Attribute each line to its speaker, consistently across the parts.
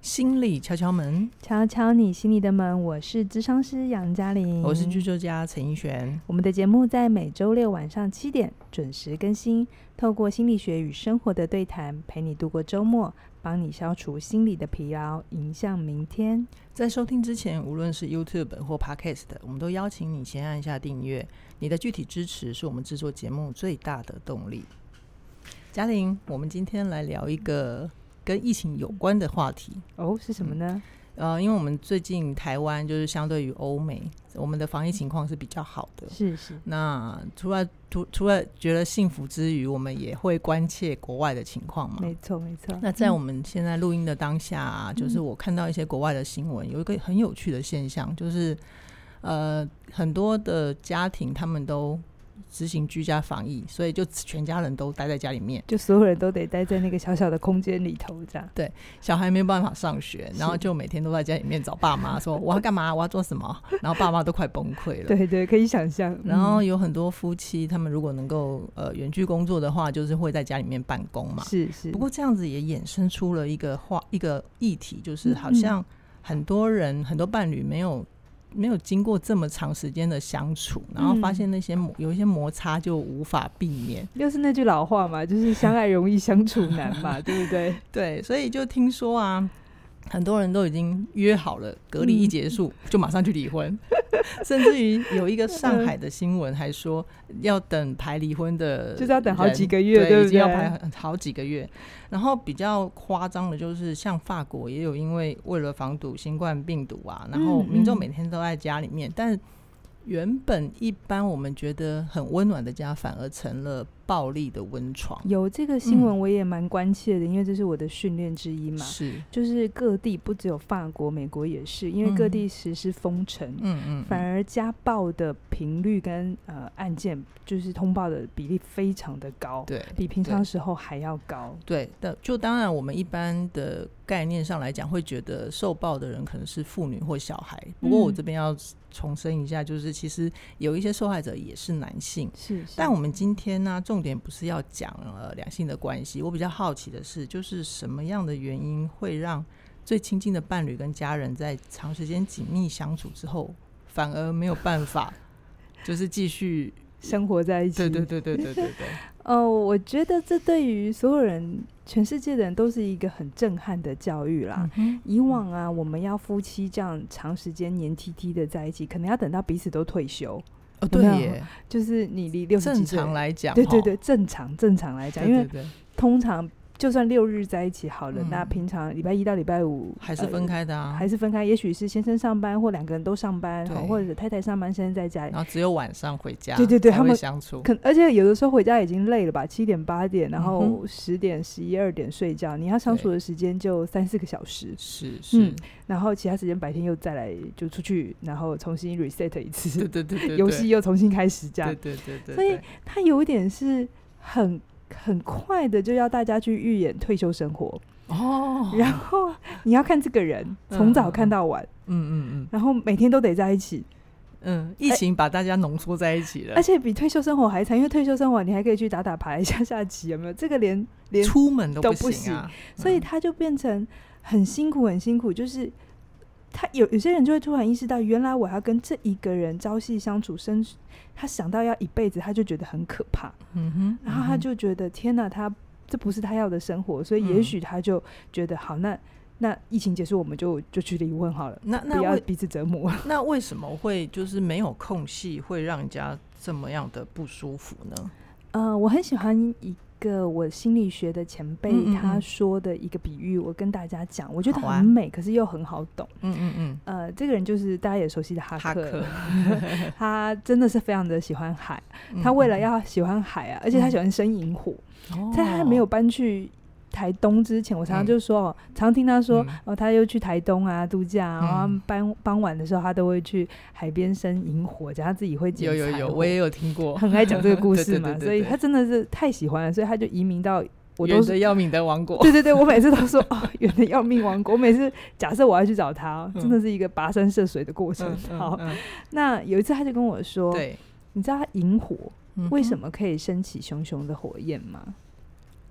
Speaker 1: 心理敲敲门，
Speaker 2: 敲敲你心里的门，我是智商师杨嘉玲，
Speaker 1: 我是剧作家陈奕璇。
Speaker 2: 我们的节目在每周六晚上七点准时更新，透过心理学与生活的对谈，陪你度过周末，帮你消除心理的疲劳，迎向明天。
Speaker 1: 在收听之前，无论是 YouTube 或 Podcast，我们都邀请你先按下订阅。你的具体支持是我们制作节目最大的动力。嘉玲，我们今天来聊一个跟疫情有关的话题。
Speaker 2: 哦，是什么呢？
Speaker 1: 呃，因为我们最近台湾就是相对于欧美，我们的防疫情况是比较好的。
Speaker 2: 是是，
Speaker 1: 嗯那除了除除了觉得幸福之余，我们也会关切国外的情况嘛。
Speaker 2: 没错没错。
Speaker 1: 那在我们现在录音的当下、啊，就是
Speaker 2: 嗯
Speaker 1: 我看到一些国外的新闻，有一个很有趣的现象，就是呃，很多的家庭他们都执行居家防疫，所以就全家人都待在家里面，
Speaker 2: 就所有人都得待在那个小小的空间里头，这样。
Speaker 1: 小孩没有办法上学，然后就每天都在家里面找爸妈说我要干嘛，我要做什么，然后爸妈都快崩溃了。
Speaker 2: 对对，可以想象。
Speaker 1: 然后
Speaker 2: 嗯
Speaker 1: 有很多夫妻，他们如果能够呃远距工作的话，就是会在家里面办公嘛。
Speaker 2: 是是，
Speaker 1: 不过这样子也衍生出了一个话一个议题，就是好
Speaker 2: 嗯
Speaker 1: 像很多人、很多伴侣没有没有经过这么长时间的相处，然后发
Speaker 2: 嗯
Speaker 1: 现那些摩有一些摩擦就无法避免。
Speaker 2: 又是那句老话嘛，就是相爱容易相处难 嘛，对不对？
Speaker 1: 对，所以就听说啊，很多人都已经约好了，隔离一
Speaker 2: 嗯
Speaker 1: 结束、就马上去离婚， 甚至于有
Speaker 2: 嗯
Speaker 1: 一个上海的新闻还说要等排离婚的，
Speaker 2: 就是要等好几个月
Speaker 1: 对，
Speaker 2: 对不
Speaker 1: 已经要
Speaker 2: 对
Speaker 1: 排很好几个月。然后比较夸张的就是，像法国也有因为为了防堵新冠病毒啊，然后
Speaker 2: 嗯
Speaker 1: 民众
Speaker 2: 嗯
Speaker 1: 每天都在家里面，但原本一般我们觉得很温暖的家，反而成了暴力的温床。
Speaker 2: 有这个新闻
Speaker 1: 嗯
Speaker 2: 我也蛮关切的，因为这是我的训练之一嘛。
Speaker 1: 是，
Speaker 2: 就是各地不只有法国、美国也是，因为各
Speaker 1: 嗯
Speaker 2: 地实施封城，
Speaker 1: 嗯嗯，
Speaker 2: 反而家暴的频率跟呃案件就是通报的比例非常的高，
Speaker 1: 对。
Speaker 2: 比平
Speaker 1: 对
Speaker 2: 常时候还要高。
Speaker 1: 对，但就当然，我们一般的概念上来讲，会觉得受暴的人可能是妇女或小孩。不过我
Speaker 2: 嗯
Speaker 1: 这边要重申一下，就是其实有一些受害者也是男性。
Speaker 2: 是，是
Speaker 1: 但我们今天呢、重点不是要讲呃两性的关系。我比较好奇的是，就是什么样的原因会让最亲近的伴侣跟家人在长时间紧密相处之后，反而没有办法，就是继续？
Speaker 2: 生活在一起，
Speaker 1: 对对对对对对对，
Speaker 2: 哦，我觉得这对于所有人、全世界的人都是一个很震撼的教育啦。
Speaker 1: 嗯
Speaker 2: 以往啊，我们要夫妻这样长时间黏 T T 的在一起，可能要等到彼此都退休，
Speaker 1: 哦
Speaker 2: 有
Speaker 1: 对
Speaker 2: 没有
Speaker 1: 耶，
Speaker 2: 就是你离六十
Speaker 1: 正
Speaker 2: 几岁，
Speaker 1: 常来讲，
Speaker 2: 对对
Speaker 1: 吼
Speaker 2: 对，正常正常来讲，
Speaker 1: 对
Speaker 2: 因
Speaker 1: 对
Speaker 2: 为
Speaker 1: 对。
Speaker 2: 通常就算六日在一起好了，那
Speaker 1: 嗯
Speaker 2: 平常礼拜一到礼拜五
Speaker 1: 还是分、开的
Speaker 2: 呃
Speaker 1: 啊，
Speaker 2: 还是分开，也许是先生上班或两个人都上班，
Speaker 1: 对
Speaker 2: 好或者太太上班，先生在家里
Speaker 1: 然。后只有晚上回家，
Speaker 2: 对对对
Speaker 1: 才
Speaker 2: 他
Speaker 1: 会
Speaker 2: 们
Speaker 1: 相处，
Speaker 2: 可而且有的时候回家已经累了吧，七点八点，然
Speaker 1: 嗯
Speaker 2: 后十点、十一二点睡觉，你要相处的时间就三四个小时，
Speaker 1: 是是，
Speaker 2: 然后其他时间白天又再来就出去，然后重新 reset 一
Speaker 1: 对
Speaker 2: 次，
Speaker 1: 对对对，
Speaker 2: 游戏又重新开始这
Speaker 1: 对，
Speaker 2: 样。
Speaker 1: 对对对对，
Speaker 2: 所以它有一点是很很快的就要大家去预演退休生活，
Speaker 1: 哦，
Speaker 2: 然后你要看这个人
Speaker 1: 嗯
Speaker 2: 从早看到晚，
Speaker 1: 嗯嗯嗯
Speaker 2: 然后每天都得在一起，
Speaker 1: 嗯，疫情把大家浓缩在一起了
Speaker 2: 哎而，且比退休生活还惨，因为退休生活你还可以去打打牌、下下棋，有没有？这个
Speaker 1: 嗯
Speaker 2: 连连
Speaker 1: 出门都
Speaker 2: 都
Speaker 1: 不
Speaker 2: 不
Speaker 1: 行啊，
Speaker 2: 所以
Speaker 1: 嗯
Speaker 2: 他就变成很辛苦，很辛苦。就是他有有些人就会突然意识到，原来我要跟这一个人朝夕相处，生他想到要一辈子，他就觉得很可怕，
Speaker 1: 嗯哼，
Speaker 2: 然后
Speaker 1: 嗯
Speaker 2: 他
Speaker 1: 哼
Speaker 2: 就觉得天哪，他这不是他要的生活，所以
Speaker 1: 嗯
Speaker 2: 也许他就觉得好，那那疫情结束，我们就就去离婚好了。
Speaker 1: 那
Speaker 2: 不
Speaker 1: 那
Speaker 2: 要
Speaker 1: 为
Speaker 2: 彼此折磨，
Speaker 1: 那为什么会就是没有空隙，会让人家这么样的不舒服呢？
Speaker 2: 呃，我很喜欢一个我心理学的前辈
Speaker 1: 嗯嗯
Speaker 2: 他
Speaker 1: 嗯
Speaker 2: 说的一个比喻，我跟大家讲，我觉得
Speaker 1: 好啊
Speaker 2: 很美，可是又很好懂。
Speaker 1: 嗯嗯嗯，
Speaker 2: 呃，这个人就是大家也熟悉的哈克，
Speaker 1: 哈克，
Speaker 2: 他真的是非常的喜欢海，
Speaker 1: 嗯
Speaker 2: 他为了
Speaker 1: 嗯
Speaker 2: 要喜欢海啊，而且他喜欢生萤火，
Speaker 1: 哦
Speaker 2: 在他还没有搬去。台东之前，我常常就说，哦，常听他说，
Speaker 1: 嗯
Speaker 2: 哦，他又去台东啊度假啊，然后
Speaker 1: 嗯
Speaker 2: 傍傍晚的时候，他都会去海边生萤火，讲他自己会捡
Speaker 1: 有有
Speaker 2: 柴
Speaker 1: 有，
Speaker 2: 火
Speaker 1: 我也有听过，
Speaker 2: 很爱讲这个故
Speaker 1: 对对
Speaker 2: 事嘛
Speaker 1: 对，对
Speaker 2: 所以
Speaker 1: 对
Speaker 2: 他真的是太喜欢了，所以他就移 民到我
Speaker 1: 远
Speaker 2: 都
Speaker 1: 的要命的王国，
Speaker 2: 对对对，我每次都说哦，远的要命王国，我每次假设我要去找他哦，
Speaker 1: 嗯
Speaker 2: 真的是一个跋山涉水的过 程。
Speaker 1: 嗯
Speaker 2: 好，
Speaker 1: 嗯
Speaker 2: 那有一次他就跟我说，
Speaker 1: 对，
Speaker 2: 你知道他引火
Speaker 1: 嗯
Speaker 2: 为
Speaker 1: 哼
Speaker 2: 什么可以升起熊熊的火焰吗？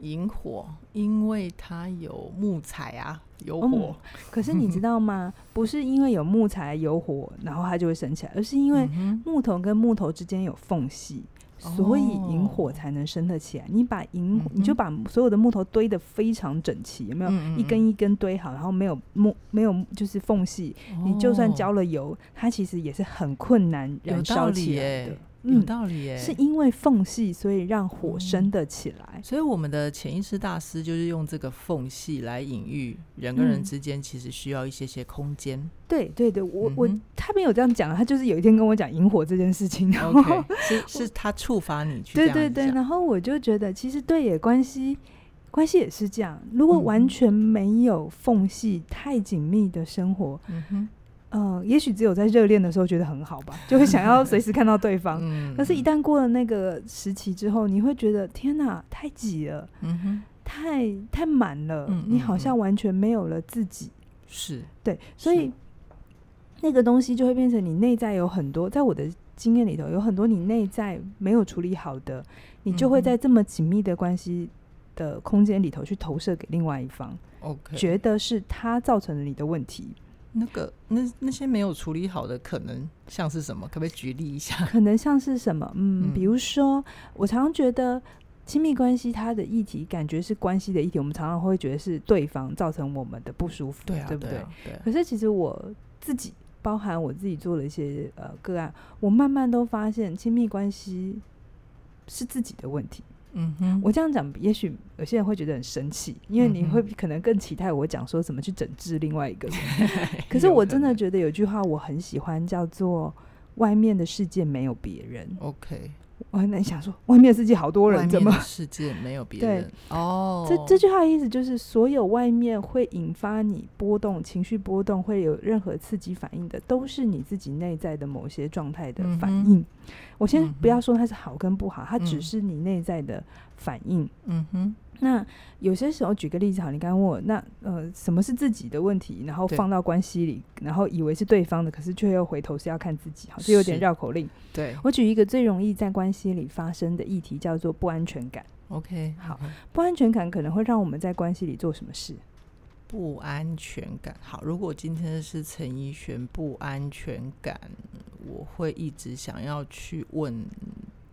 Speaker 1: 引火，因为它有木材啊，有火
Speaker 2: 嗯。可是你知道吗？不是因为有木材有火，然后它就会升起来，而是因为
Speaker 1: 嗯哼
Speaker 2: 木头跟木头之间有缝隙，所以引火
Speaker 1: 哦
Speaker 2: 才能升得起来。你把引火，
Speaker 1: 嗯
Speaker 2: 你就
Speaker 1: 哼
Speaker 2: 把所有的木头堆得非常整齐，有没有？
Speaker 1: 嗯嗯
Speaker 2: 一根一根堆好，然后没有木没有就是缝隙，你就算
Speaker 1: 哦
Speaker 2: 浇了油，它其实也是很困难
Speaker 1: 有
Speaker 2: 燃
Speaker 1: 道
Speaker 2: 烧
Speaker 1: 理
Speaker 2: 起来的
Speaker 1: 耶。，有道理耶。
Speaker 2: 嗯是因为缝隙，所以让火
Speaker 1: 嗯
Speaker 2: 升得起来。
Speaker 1: 所以我们的潜意识大师就是用这个缝隙来隐喻人跟人
Speaker 2: 嗯
Speaker 1: 之间其实需要一些些空 间。
Speaker 2: 对对对，我、
Speaker 1: 嗯
Speaker 2: 我
Speaker 1: 哼
Speaker 2: 他没有这样讲，他就是有一天跟我讲引火这件事情，然后
Speaker 1: OK，是是 他触发你去这
Speaker 2: 对
Speaker 1: 样
Speaker 2: 对对，
Speaker 1: 讲
Speaker 2: 然后我就觉得其实对也关系，关系也是这样。如果
Speaker 1: 嗯
Speaker 2: 完
Speaker 1: 哼
Speaker 2: 全没有缝隙、太紧密的生活，
Speaker 1: 嗯哼，
Speaker 2: 呃，也许只有在热恋的时候觉得很好吧，就会想要随时看到对方。
Speaker 1: 嗯
Speaker 2: 可是，一旦过了那个时期之后，你会觉得天哪，太挤了，
Speaker 1: 嗯哼，
Speaker 2: 太太满了，
Speaker 1: 嗯
Speaker 2: 你
Speaker 1: 嗯
Speaker 2: 好
Speaker 1: 嗯
Speaker 2: 像完全没有了自己。
Speaker 1: 是
Speaker 2: 对，所
Speaker 1: 是
Speaker 2: 以那个东西就会变成你内在有很多，在我的经验里头有很多你内在没有处理好的，你就会
Speaker 1: 嗯哼
Speaker 2: 在这么紧密的关系的空间里头去投射给另外一方，
Speaker 1: OK。
Speaker 2: 觉得是他造成了你的问题，
Speaker 1: 那个那那些没有处理好的，可能像是什么？可不可以举例一下？
Speaker 2: 可能像是什么，嗯，
Speaker 1: 嗯
Speaker 2: 比如说我常常觉得。亲密关系，它的议题感觉是关系的议题，我们常常会觉得是对方造成我们的不舒服，
Speaker 1: 对啊，
Speaker 2: 不
Speaker 1: 对啊？对啊，
Speaker 2: 可是其实我自己，包含我自己做了一些呃个案，我慢慢都发现亲密关系是自己的问题。
Speaker 1: 嗯哼，
Speaker 2: 我这 样讲，也许有些人会觉得很生气，因为你
Speaker 1: 嗯哼
Speaker 2: 会可能更期待我讲说怎么去整治另外一 个人。可是我真的觉得有句话我很喜欢，叫做。外面的世界没有别人，
Speaker 1: OK。
Speaker 2: 我很难想说外面的世界好多
Speaker 1: 外
Speaker 2: 人，怎
Speaker 1: 面
Speaker 2: 么
Speaker 1: 的世界没有别
Speaker 2: 对
Speaker 1: 人哦？
Speaker 2: 这这句话的意思就是，所有外面会引发你波动、情绪波动，会有任何刺激反应的，都是你自己内在的某些状态的反
Speaker 1: 嗯哼
Speaker 2: 应。我先
Speaker 1: 嗯哼
Speaker 2: 不要说它是好跟不好，它只
Speaker 1: 嗯
Speaker 2: 是你内在的反应。
Speaker 1: 嗯哼，
Speaker 2: 那有些时候，举个例子好，你刚刚问我，那呃，什么是自己的问题，然后
Speaker 1: 对
Speaker 2: 放到关系里，然后以为是对方的，可是却又回头是要看自己，好，这有点
Speaker 1: 是
Speaker 2: 绕口令。
Speaker 1: 对
Speaker 2: 我举一个最容易在关系里发生的议题，叫做不安全感。
Speaker 1: ，OK，嗯
Speaker 2: 好
Speaker 1: OK，
Speaker 2: 不安全感可能会让我们在关系里做什么事？
Speaker 1: 不安全感。好，如果今天是陈奕迅不安全感，我会一直想要去问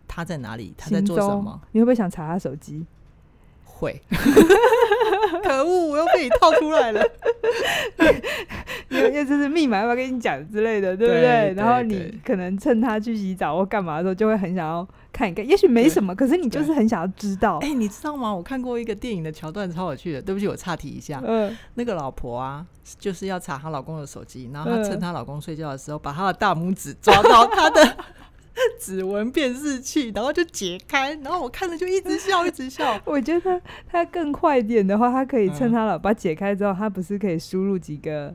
Speaker 1: 他在哪里，他在做什么？？
Speaker 2: 你会不会想查他手机？
Speaker 1: 会。 可恶，我又被你套出来 了。
Speaker 2: 因为因为这是密码，要不要跟你讲之 类的，对不
Speaker 1: 对
Speaker 2: 对？然后
Speaker 1: 对
Speaker 2: 你
Speaker 1: 对
Speaker 2: 可能趁他去洗澡或干嘛的时候，就会很想要看一看。也许没
Speaker 1: 对
Speaker 2: 什么，可是你就是很想要知道
Speaker 1: 哎、。你知道吗？我看过一个电影的桥段，超有趣的。对不起，我岔题一下。
Speaker 2: 嗯，
Speaker 1: 那个老婆啊，就是要查她老公的手机，然后她
Speaker 2: 嗯
Speaker 1: 趁她老公睡觉的时候，把她的大拇指抓到她的 指纹辨识器，然后就解开，然后我看了就一直笑，一直 笑。
Speaker 2: 我觉得他更快一点的话，他可以趁
Speaker 1: 嗯
Speaker 2: 他老爸解开之后，他不是可以输入几个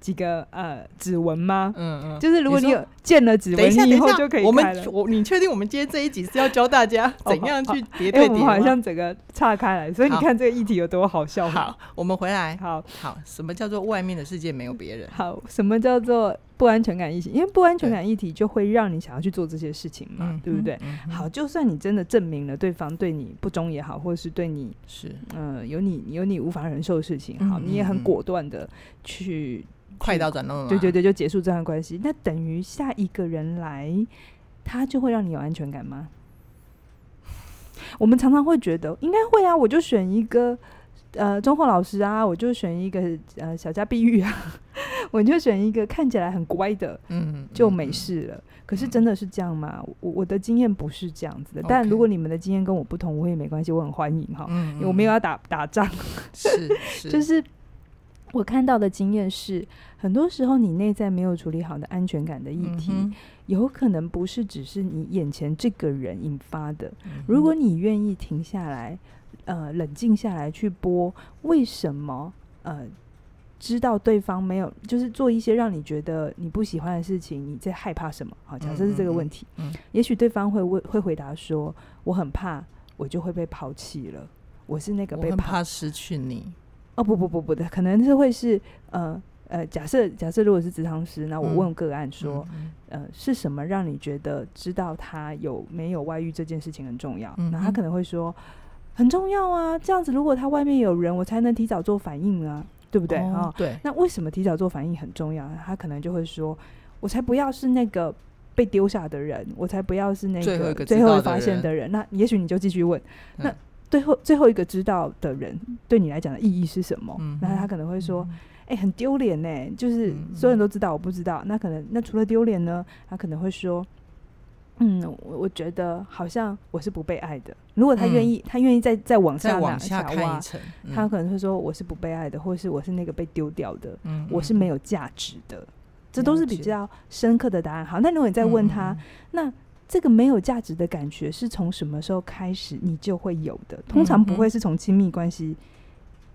Speaker 2: 几个呃指纹吗？
Speaker 1: 嗯嗯，
Speaker 2: 就是如果
Speaker 1: 你
Speaker 2: 你
Speaker 1: 说
Speaker 2: 有见了指
Speaker 1: 等一
Speaker 2: 纹，
Speaker 1: 下，
Speaker 2: 你
Speaker 1: 等
Speaker 2: 以
Speaker 1: 一
Speaker 2: 后
Speaker 1: 下，
Speaker 2: 就可以
Speaker 1: 我
Speaker 2: 开
Speaker 1: 们
Speaker 2: 了。
Speaker 1: 我你确定我们今天这一集是要教大家
Speaker 2: 哦
Speaker 1: 怎样去叠
Speaker 2: 哎，
Speaker 1: 对
Speaker 2: 我
Speaker 1: 叠
Speaker 2: 们好
Speaker 1: 吗？
Speaker 2: 像整个岔开来，所以你
Speaker 1: 好
Speaker 2: 看这个议题有多好笑。
Speaker 1: 好，我们回来。
Speaker 2: 好，
Speaker 1: 好，什么叫做外面的世界没有别人？
Speaker 2: 好，什么叫做不安全感议题？因为不安全感议题就会让你想要去做这些事情嘛，
Speaker 1: 嗯，
Speaker 2: 对不对？
Speaker 1: 嗯？嗯
Speaker 2: 好，，就算你真的证明了对方对你不忠也好，或者是对你，
Speaker 1: 是
Speaker 2: 呃，有你有你无法忍受的事情，好，
Speaker 1: 嗯
Speaker 2: 你也
Speaker 1: 嗯
Speaker 2: 很
Speaker 1: 嗯
Speaker 2: 果断的去，
Speaker 1: 快刀斩乱麻。
Speaker 2: 对对对，就结束这段关系。那等于下一个人来，他就会让你有安全感吗？我们常常会觉得应该会啊，我就选一个呃中后老师啊，我就选一个呃小家碧玉啊， 我就选一个看起来很乖的，
Speaker 1: 嗯，嗯，
Speaker 2: 就没
Speaker 1: 嗯。
Speaker 2: 事了。可是真的是这样吗？我我的经验不是这样子的。但
Speaker 1: OK
Speaker 2: 如果你们的经验跟我不同，我也没关系，我很欢迎哈。
Speaker 1: 嗯，
Speaker 2: 我没有
Speaker 1: 嗯
Speaker 2: 要打打仗，
Speaker 1: 是 是，
Speaker 2: 就是我看到的经验是，很多时候你内在没有处理好的安全感的议
Speaker 1: 嗯
Speaker 2: 题，
Speaker 1: 哼
Speaker 2: 有可能不是只是你眼前这个人引发的。
Speaker 1: 嗯
Speaker 2: 如
Speaker 1: 哼
Speaker 2: 果你愿意停下来，呃，冷静下来去播，为什么呃？知道对方没有，就是做一些让你觉得你不喜欢的事情，你在害怕什么？好，假设是这个问题，
Speaker 1: 嗯嗯嗯
Speaker 2: 也许对方会问，会回答说：“我很怕，我就会被抛弃了，我是那个
Speaker 1: 我
Speaker 2: 被
Speaker 1: 很
Speaker 2: 抛
Speaker 1: 怕失去你，
Speaker 2: 哦，不不不不的，可能是会是呃呃，假设假设如果是职场师，那我
Speaker 1: 嗯
Speaker 2: 问个案说，
Speaker 1: 嗯
Speaker 2: 呃，是什么让你觉得知道他有没有外遇这件事情很重要？
Speaker 1: 嗯
Speaker 2: 那、他
Speaker 1: 哼
Speaker 2: 可能会说，很重要啊。这样子，如果他外面有人，我才能提早做反应啊，对不对啊、
Speaker 1: 哦对，
Speaker 2: 那为什么提早做反应很重要？啊他可能就会说：“我才不要是那个被丢下的人，我才不要是那
Speaker 1: 最后一
Speaker 2: 个
Speaker 1: 个
Speaker 2: 最
Speaker 1: 知道
Speaker 2: 后
Speaker 1: 的
Speaker 2: 发现
Speaker 1: 人
Speaker 2: 的人。”那也许你就继续问，那
Speaker 1: 嗯
Speaker 2: 最后最后一个知道的人对你来讲的意义是什么？
Speaker 1: 嗯
Speaker 2: 那他
Speaker 1: 哼
Speaker 2: 可能会
Speaker 1: 会
Speaker 2: 说：“哎、很丢脸呢，就是
Speaker 1: 嗯
Speaker 2: 所有人都知道，我不知道。那可能那除了丢脸呢，他可能会说，嗯，我我觉得好像我是不被爱的。如果他愿
Speaker 1: 嗯
Speaker 2: 意，他愿意再再往
Speaker 1: 再
Speaker 2: 下拿
Speaker 1: 往下看
Speaker 2: 挖
Speaker 1: 一，层，
Speaker 2: 他
Speaker 1: 嗯
Speaker 2: 可能会说我是不被爱的，或是我是那个被丢掉的，
Speaker 1: 嗯
Speaker 2: 我是没有价值的。这
Speaker 1: 了
Speaker 2: 都是比
Speaker 1: 解
Speaker 2: 较深刻的答案。好，那如果你再
Speaker 1: 嗯
Speaker 2: 问他，，那这个没有价值的感觉是从什么时候开始你就会有的？通常不
Speaker 1: 嗯哼
Speaker 2: 会是从亲密关系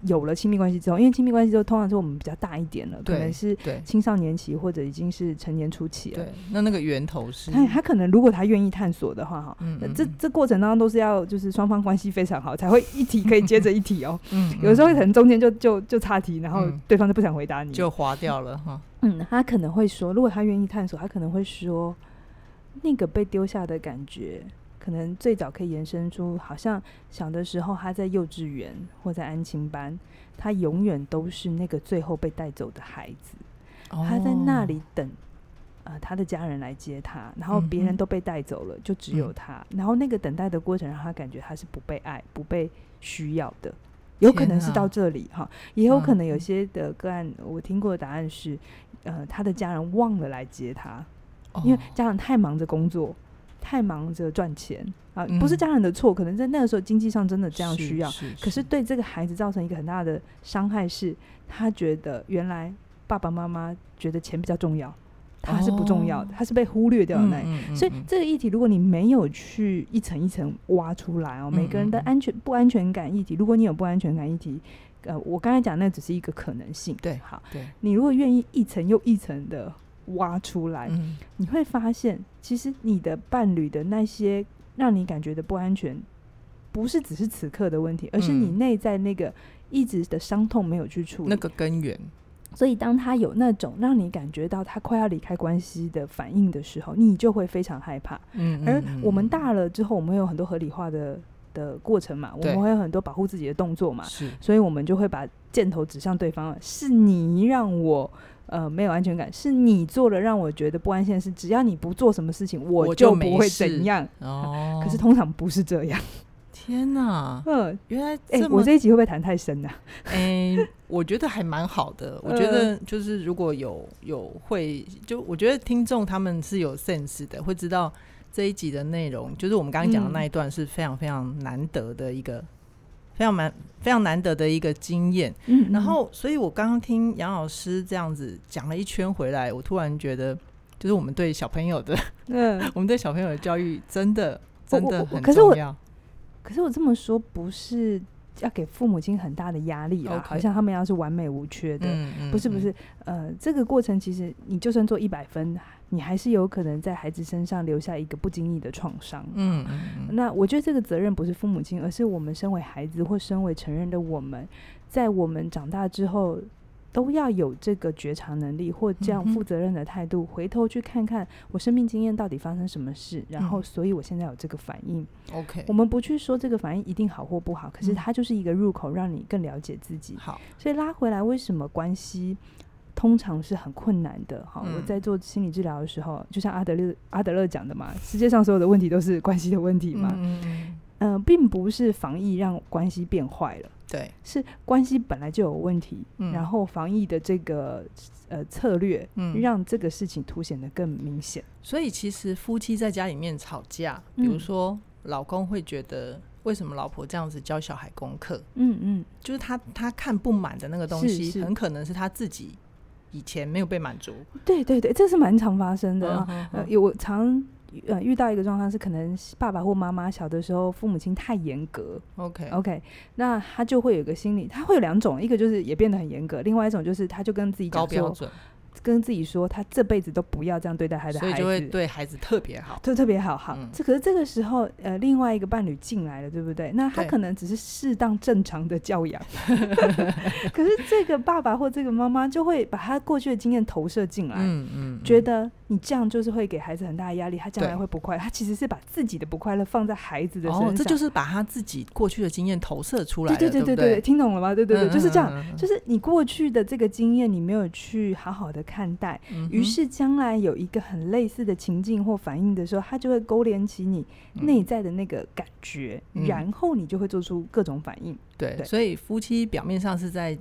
Speaker 2: 有了亲密关系之后，因为亲密关系之后通常是我们比较大一点了，可
Speaker 1: 对
Speaker 2: 能是
Speaker 1: 对
Speaker 2: 青少年期或者已经是成年初期了
Speaker 1: 对。，那那个源头是，
Speaker 2: 他他可能如果他愿意探索的话，哈、
Speaker 1: 嗯
Speaker 2: 那
Speaker 1: 嗯
Speaker 2: 这
Speaker 1: 嗯
Speaker 2: 这过程当中都是要就是双方关系非常好才会一题可以接着一题哦。
Speaker 1: 嗯
Speaker 2: 有时候可
Speaker 1: 嗯
Speaker 2: 能中间就就就岔题，然后
Speaker 1: 嗯
Speaker 2: 对方就不想回答你，
Speaker 1: 就划掉了哈，
Speaker 2: 嗯，他可能会说，如果他愿意探索，他可能会说，那个被丢下的感觉，可能最早可以延伸出，好像小的时候他在幼稚园或在安亲班，他永远都是那个最后被带走的孩子，他在那
Speaker 1: 哦
Speaker 2: 里等。呃，他的家人来接他，然后
Speaker 1: 嗯
Speaker 2: 别人
Speaker 1: 哼
Speaker 2: 都被带走了，就只
Speaker 1: 嗯
Speaker 2: 有他。然后那个等待的过程，让他感觉他是不被爱、不被需要的。有可
Speaker 1: 天
Speaker 2: 能是到
Speaker 1: 啊
Speaker 2: 这里哈，也有可能有
Speaker 1: 嗯
Speaker 2: 些的个案，我听过的答案是，呃，他的家人忘了来接他，因为
Speaker 1: 哦
Speaker 2: 家长太忙着工作，太忙着赚钱啊，不是
Speaker 1: 嗯
Speaker 2: 家人的错，可能在那个时候经济上真的这样
Speaker 1: 是
Speaker 2: 需要，
Speaker 1: 是
Speaker 2: 可是对这个孩子造成一个很大的伤害是，他觉得原来爸爸妈妈觉得钱比较重要，他是不重要的，
Speaker 1: 哦
Speaker 2: 他是被忽略掉的那一
Speaker 1: 嗯嗯嗯
Speaker 2: 所以
Speaker 1: 嗯
Speaker 2: 这个议题，如果你没有去一层一层挖出来哦，
Speaker 1: 嗯
Speaker 2: 每个人
Speaker 1: 嗯
Speaker 2: 的
Speaker 1: 嗯
Speaker 2: 安全不安全感议题，如果你有不安全感议题，呃，我刚才讲那只是一个可能性。
Speaker 1: 对
Speaker 2: 好，
Speaker 1: 对，
Speaker 2: 你如果愿意一层又一层的挖出来，
Speaker 1: 嗯
Speaker 2: 你会发现，其实你的伴侣的那些让你感觉的不安全，不是只是此刻的问题，而是你
Speaker 1: 嗯
Speaker 2: 内在那个一直的伤痛没有去处理。
Speaker 1: 那个根源，
Speaker 2: 所以，当他有那种让你感觉到他快要离开关系的反应的时候，你就会非常害怕。
Speaker 1: 嗯，
Speaker 2: 而
Speaker 1: 嗯
Speaker 2: 我们
Speaker 1: 嗯
Speaker 2: 大了之后，我们会有很多合理化的的过程嘛，我
Speaker 1: 对
Speaker 2: 们会有很多保护自己的动作嘛，
Speaker 1: 是
Speaker 2: 所以我们就会把箭头指向对方了。是你让我呃没有安全感，是你做了让我觉得不安心的事。只要你不做什么事情，我
Speaker 1: 我就
Speaker 2: 不
Speaker 1: 没
Speaker 2: 会
Speaker 1: 事
Speaker 2: 怎样。
Speaker 1: 哦，
Speaker 2: 可是通常不是 这样。
Speaker 1: 天哪，
Speaker 2: 嗯，
Speaker 1: 原来
Speaker 2: 哎、
Speaker 1: 这
Speaker 2: 我
Speaker 1: 么
Speaker 2: 这一集会不会谈太深啊呢、
Speaker 1: 哎、我觉得还蛮好的。我觉
Speaker 2: 呃
Speaker 1: 得就是如果有有会，就我觉得听众他们是有 sense 的，会知道这一集的内容，就是我们刚刚讲的
Speaker 2: 嗯
Speaker 1: 那一段是非常非常难得的一个。非常蛮非常难得的一个经验，
Speaker 2: 嗯，
Speaker 1: 然后，所以我刚刚听杨老师这样子讲了一圈回来，我突然觉得，就是我们对小朋友的，
Speaker 2: 嗯，
Speaker 1: 我们对小朋友的教育真的真
Speaker 2: 我
Speaker 1: 的
Speaker 2: 我
Speaker 1: 很
Speaker 2: 可是我
Speaker 1: 重要。
Speaker 2: 可是我这么说不是要给父母亲很大的压力啦
Speaker 1: OK
Speaker 2: 好像他们要是完美无缺的。
Speaker 1: 嗯嗯
Speaker 2: 不是不
Speaker 1: 嗯
Speaker 2: 是，呃，这个过程其实你就算做一百分，你还是有可能在孩子身上留下一个不经意的创伤。
Speaker 1: 嗯嗯嗯
Speaker 2: 那我觉得这个责任不是父母亲，而是我们身为孩子或身为成人的我们，在我们长大之后，都要有这个觉察能力或这样
Speaker 1: 嗯哼
Speaker 2: 负责任的态度，回头去看看我生命经验到底发生什么事，然后
Speaker 1: 嗯
Speaker 2: 所以我现在有这个反应。
Speaker 1: ，OK，
Speaker 2: 我们不去说这个反应一定好或不好，可是
Speaker 1: 嗯
Speaker 2: 它就是一个入口，让你更了解自己。
Speaker 1: 好，
Speaker 2: 所以拉回来，为什么关系通常是很困难的？哈、我
Speaker 1: 嗯
Speaker 2: 在做心理治疗的时候，就像阿德勒阿德勒讲的嘛，世界上所有的问题都是关系的问题嘛。
Speaker 1: 嗯嗯嗯
Speaker 2: 嗯、并不是防疫让关系变坏了，
Speaker 1: 对，
Speaker 2: 是关系本来就有问题，
Speaker 1: 嗯
Speaker 2: 然后防疫的这个呃策略。
Speaker 1: 嗯
Speaker 2: 让这个事情凸显的更明显。
Speaker 1: 所以其实夫妻在家里面吵架，比
Speaker 2: 嗯
Speaker 1: 如说老公会觉得为什么老婆这样子教小孩功课，
Speaker 2: 嗯嗯，
Speaker 1: 就是他他看不满的那个东
Speaker 2: 是
Speaker 1: 西，
Speaker 2: 是
Speaker 1: 很可能是他自己以前没有被满足
Speaker 2: 对对对，这是蛮常发生的啊。
Speaker 1: 嗯
Speaker 2: 呃，
Speaker 1: 嗯
Speaker 2: 有我常呃遇到一个状况是，可能是爸爸或妈妈小的时候父母亲太严格
Speaker 1: ，OK，
Speaker 2: ，OK，那他就会有一个心理，他会有两种，一个就是也变得很严格，另外一种就是他就跟自己
Speaker 1: 高
Speaker 2: 讲
Speaker 1: 标
Speaker 2: 说，
Speaker 1: 准，
Speaker 2: 跟自己说他这辈子都不要这样对待他的
Speaker 1: 所以
Speaker 2: 孩
Speaker 1: 就会
Speaker 2: 子。
Speaker 1: 对孩子特别好。
Speaker 2: 就特别好好，
Speaker 1: 嗯
Speaker 2: 这可是这个时候，呃，另外一个伴侣进来了，对不对？那他
Speaker 1: 对
Speaker 2: 可能只是适当正常的教养， 可是这个爸爸或这个妈妈就会把他过去的经验投射进来，
Speaker 1: 嗯嗯，嗯
Speaker 2: 觉得你你这样就是会给孩子很大的压力，他将来
Speaker 1: 对
Speaker 2: 会不快乐。他其实是把自己的不快乐放在孩子的身上，
Speaker 1: 哦，这就是把他自己过去的经验投射出来
Speaker 2: 对
Speaker 1: 了，
Speaker 2: 对
Speaker 1: 对
Speaker 2: 对
Speaker 1: 不
Speaker 2: 对，听懂了吗？对对对，
Speaker 1: 嗯
Speaker 2: 就是这样。
Speaker 1: 嗯嗯嗯
Speaker 2: 就是你过去的这个经验，你没有去好好的看待，
Speaker 1: 嗯哼
Speaker 2: 于是将来有一个很类似的情境或反应的时候，它就会勾连起你
Speaker 1: 嗯
Speaker 2: 内在的那个感觉，
Speaker 1: 嗯
Speaker 2: 然后你就会做出各种反应。
Speaker 1: 对，
Speaker 2: 对
Speaker 1: 所以夫妻表面上是在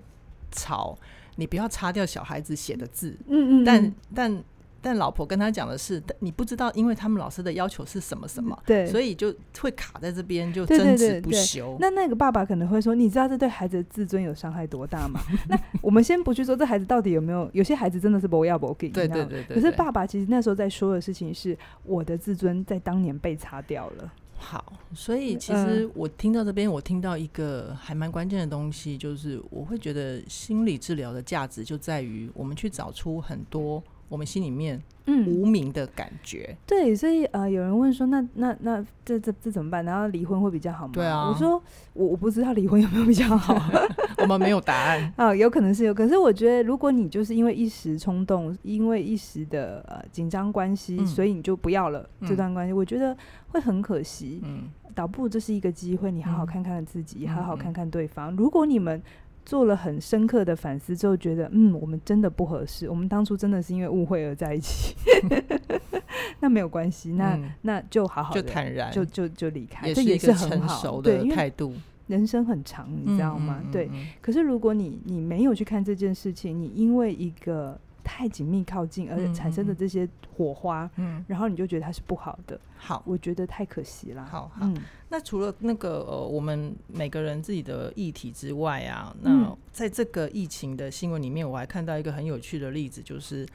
Speaker 1: 吵，你不要擦掉小孩子写的字，
Speaker 2: 嗯嗯，
Speaker 1: 但但但老婆跟他讲的是，但你不知道，因为他们老师的要求是什么什么，
Speaker 2: 对，
Speaker 1: 所以就会卡在这边，就
Speaker 2: 对对
Speaker 1: 争
Speaker 2: 对
Speaker 1: 执不
Speaker 2: 对
Speaker 1: 休。
Speaker 2: 那那个爸爸可能会说：“你知道这对孩子的自尊有伤害 多大吗？”那我们先不去说这孩子到底有没有，有些孩子真的是不要不给，你
Speaker 1: 对
Speaker 2: 知道
Speaker 1: 对
Speaker 2: 吗
Speaker 1: 对对，
Speaker 2: 可是
Speaker 1: 对
Speaker 2: 爸爸其实那时候在说的事情是，我的自尊在当年被擦掉了。
Speaker 1: 好，所以其
Speaker 2: 嗯
Speaker 1: 实我听到这边，我听到一个还蛮关键的东西，就是我会觉得心理治疗的价值就在于我们去找出很多我们心里面
Speaker 2: 嗯，
Speaker 1: 无名的感觉。
Speaker 2: 对，所以呃，有人问说，那那那这这这怎么办？然后离婚会比较好吗？
Speaker 1: 对啊
Speaker 2: 我说我我不知道离婚有没有比较好
Speaker 1: 我们没有答案，
Speaker 2: 啊，有可能是有，可是我觉得如果你就是因为一时冲动，因为一时的呃紧张关系，
Speaker 1: 嗯
Speaker 2: 所以你就不要了、这
Speaker 1: 嗯
Speaker 2: 段关系，我觉得会很可惜。
Speaker 1: 嗯，
Speaker 2: 倒不如这是一个机会，你好好
Speaker 1: 嗯
Speaker 2: 看看自己，
Speaker 1: 嗯
Speaker 2: 好好
Speaker 1: 嗯
Speaker 2: 看看对方。如果你们做了很深刻的反思之后，觉得嗯，我们真的不合适，我们当初真的是因为误会而在一 起，那没有关系，那、
Speaker 1: 嗯
Speaker 2: 那就好好
Speaker 1: 就
Speaker 2: 的
Speaker 1: 坦然，
Speaker 2: 就就就离开，
Speaker 1: 也
Speaker 2: 这
Speaker 1: 是一
Speaker 2: 是
Speaker 1: 个
Speaker 2: 很
Speaker 1: 成
Speaker 2: 好
Speaker 1: 熟
Speaker 2: 对，
Speaker 1: 的
Speaker 2: 因为
Speaker 1: 态度，
Speaker 2: 人生很长，你知道吗？
Speaker 1: 嗯
Speaker 2: 对，。
Speaker 1: 嗯嗯
Speaker 2: 可是如果你你没有去看这件事情，你因为一个太紧密靠近而
Speaker 1: 嗯
Speaker 2: 产生的
Speaker 1: 嗯嗯
Speaker 2: 这些火花，
Speaker 1: 嗯，
Speaker 2: 然后你就觉得它是不好的，
Speaker 1: 好，
Speaker 2: 我觉得太可惜啦。
Speaker 1: 好好
Speaker 2: 嗯。
Speaker 1: 那除了那个呃，我们每个人自己的议题之外啊，那
Speaker 2: 嗯
Speaker 1: 在这个疫情的新闻里面，我还看到一个很有趣的例子，就是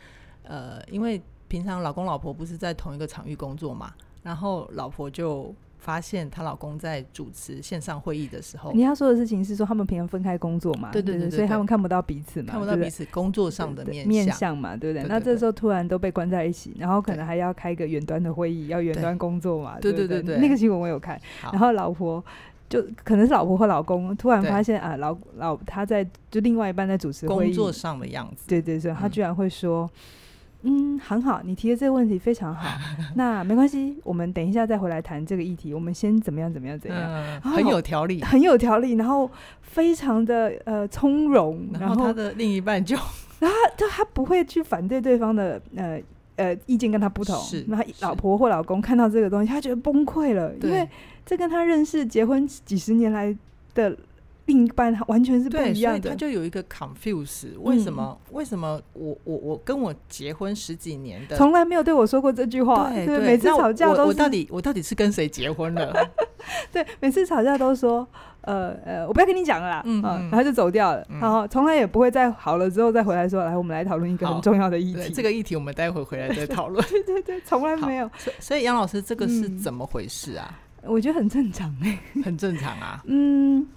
Speaker 1: 呃，因为平常老公老婆不是在同一个场域工作嘛，然后老婆就发现她老公在主持线上会议的时候
Speaker 2: 你，要说的事情是说他们平常分开工作嘛？
Speaker 1: 对
Speaker 2: 对
Speaker 1: 对对对
Speaker 2: 所以
Speaker 1: 对
Speaker 2: 他们看不到彼此嘛，
Speaker 1: 看不
Speaker 2: 对
Speaker 1: 到
Speaker 2: 对
Speaker 1: 彼此工作上
Speaker 2: 对
Speaker 1: 的
Speaker 2: 对
Speaker 1: 面
Speaker 2: 面
Speaker 1: 相。
Speaker 2: 相嘛，对不对？
Speaker 1: 对
Speaker 2: 那
Speaker 1: 对对
Speaker 2: 这时候突然都被关在一起，然后可
Speaker 1: 对
Speaker 2: 能还要开一个远端的会议，要远
Speaker 1: 对
Speaker 2: 端工作嘛，
Speaker 1: 对
Speaker 2: 对不
Speaker 1: 对对对
Speaker 2: 那个新闻我有看，
Speaker 1: 好
Speaker 2: 然后老婆。就可能是老婆或老公突然
Speaker 1: 对
Speaker 2: 发现啊，老老他在就另外一半在主持会
Speaker 1: 工
Speaker 2: 议，
Speaker 1: 作上的样子，
Speaker 2: 对对对，他
Speaker 1: 嗯
Speaker 2: 居然会说，嗯，很好，你提的这个问题非 常好，那没关系，我们等一下再回来谈这个议题，我们先怎么样怎么样怎样，
Speaker 1: 嗯，
Speaker 2: 然
Speaker 1: 很
Speaker 2: 后
Speaker 1: 有条理。
Speaker 2: 很有条理，然后非常的呃从容，然
Speaker 1: 然
Speaker 2: 后
Speaker 1: 后
Speaker 2: 他
Speaker 1: 他的另一半就
Speaker 2: 他他不会去反对对方的呃呃意见跟他不同
Speaker 1: 是，
Speaker 2: 然后
Speaker 1: 是
Speaker 2: 老婆或老公看到这个东西，他觉得崩溃了，因为
Speaker 1: 对
Speaker 2: 这跟他认识结婚几十年来的另一半完全是不
Speaker 1: 对，
Speaker 2: 一
Speaker 1: 所以
Speaker 2: 样
Speaker 1: 他
Speaker 2: 的。
Speaker 1: 就有一个 confuse，为什
Speaker 2: 嗯
Speaker 1: 么？为什么我我我跟我结婚十几年的，
Speaker 2: 从来没有对我说过这句话，
Speaker 1: 对
Speaker 2: 每次
Speaker 1: 那
Speaker 2: 吵架
Speaker 1: 我
Speaker 2: 都
Speaker 1: 我到
Speaker 2: 是
Speaker 1: 底我到底是跟谁结婚了？
Speaker 2: 对，每次吵架都说，呃呃，我不要跟你讲了啦，
Speaker 1: 嗯
Speaker 2: 啊
Speaker 1: 嗯
Speaker 2: 然后就走掉了，
Speaker 1: 嗯
Speaker 2: 然后从来也不会再好了之后再回来说，来，我们来讨 论一个很
Speaker 1: 好
Speaker 2: 重要的议
Speaker 1: 对
Speaker 2: 题，
Speaker 1: 这个议题，我们待会回来再讨论。
Speaker 2: 对对对，从来
Speaker 1: 好
Speaker 2: 没有，
Speaker 1: 所以所以杨老师，这个是
Speaker 2: 嗯
Speaker 1: 怎么回事啊？
Speaker 2: 我觉得很正常哎、。
Speaker 1: 很正常啊
Speaker 2: 嗯，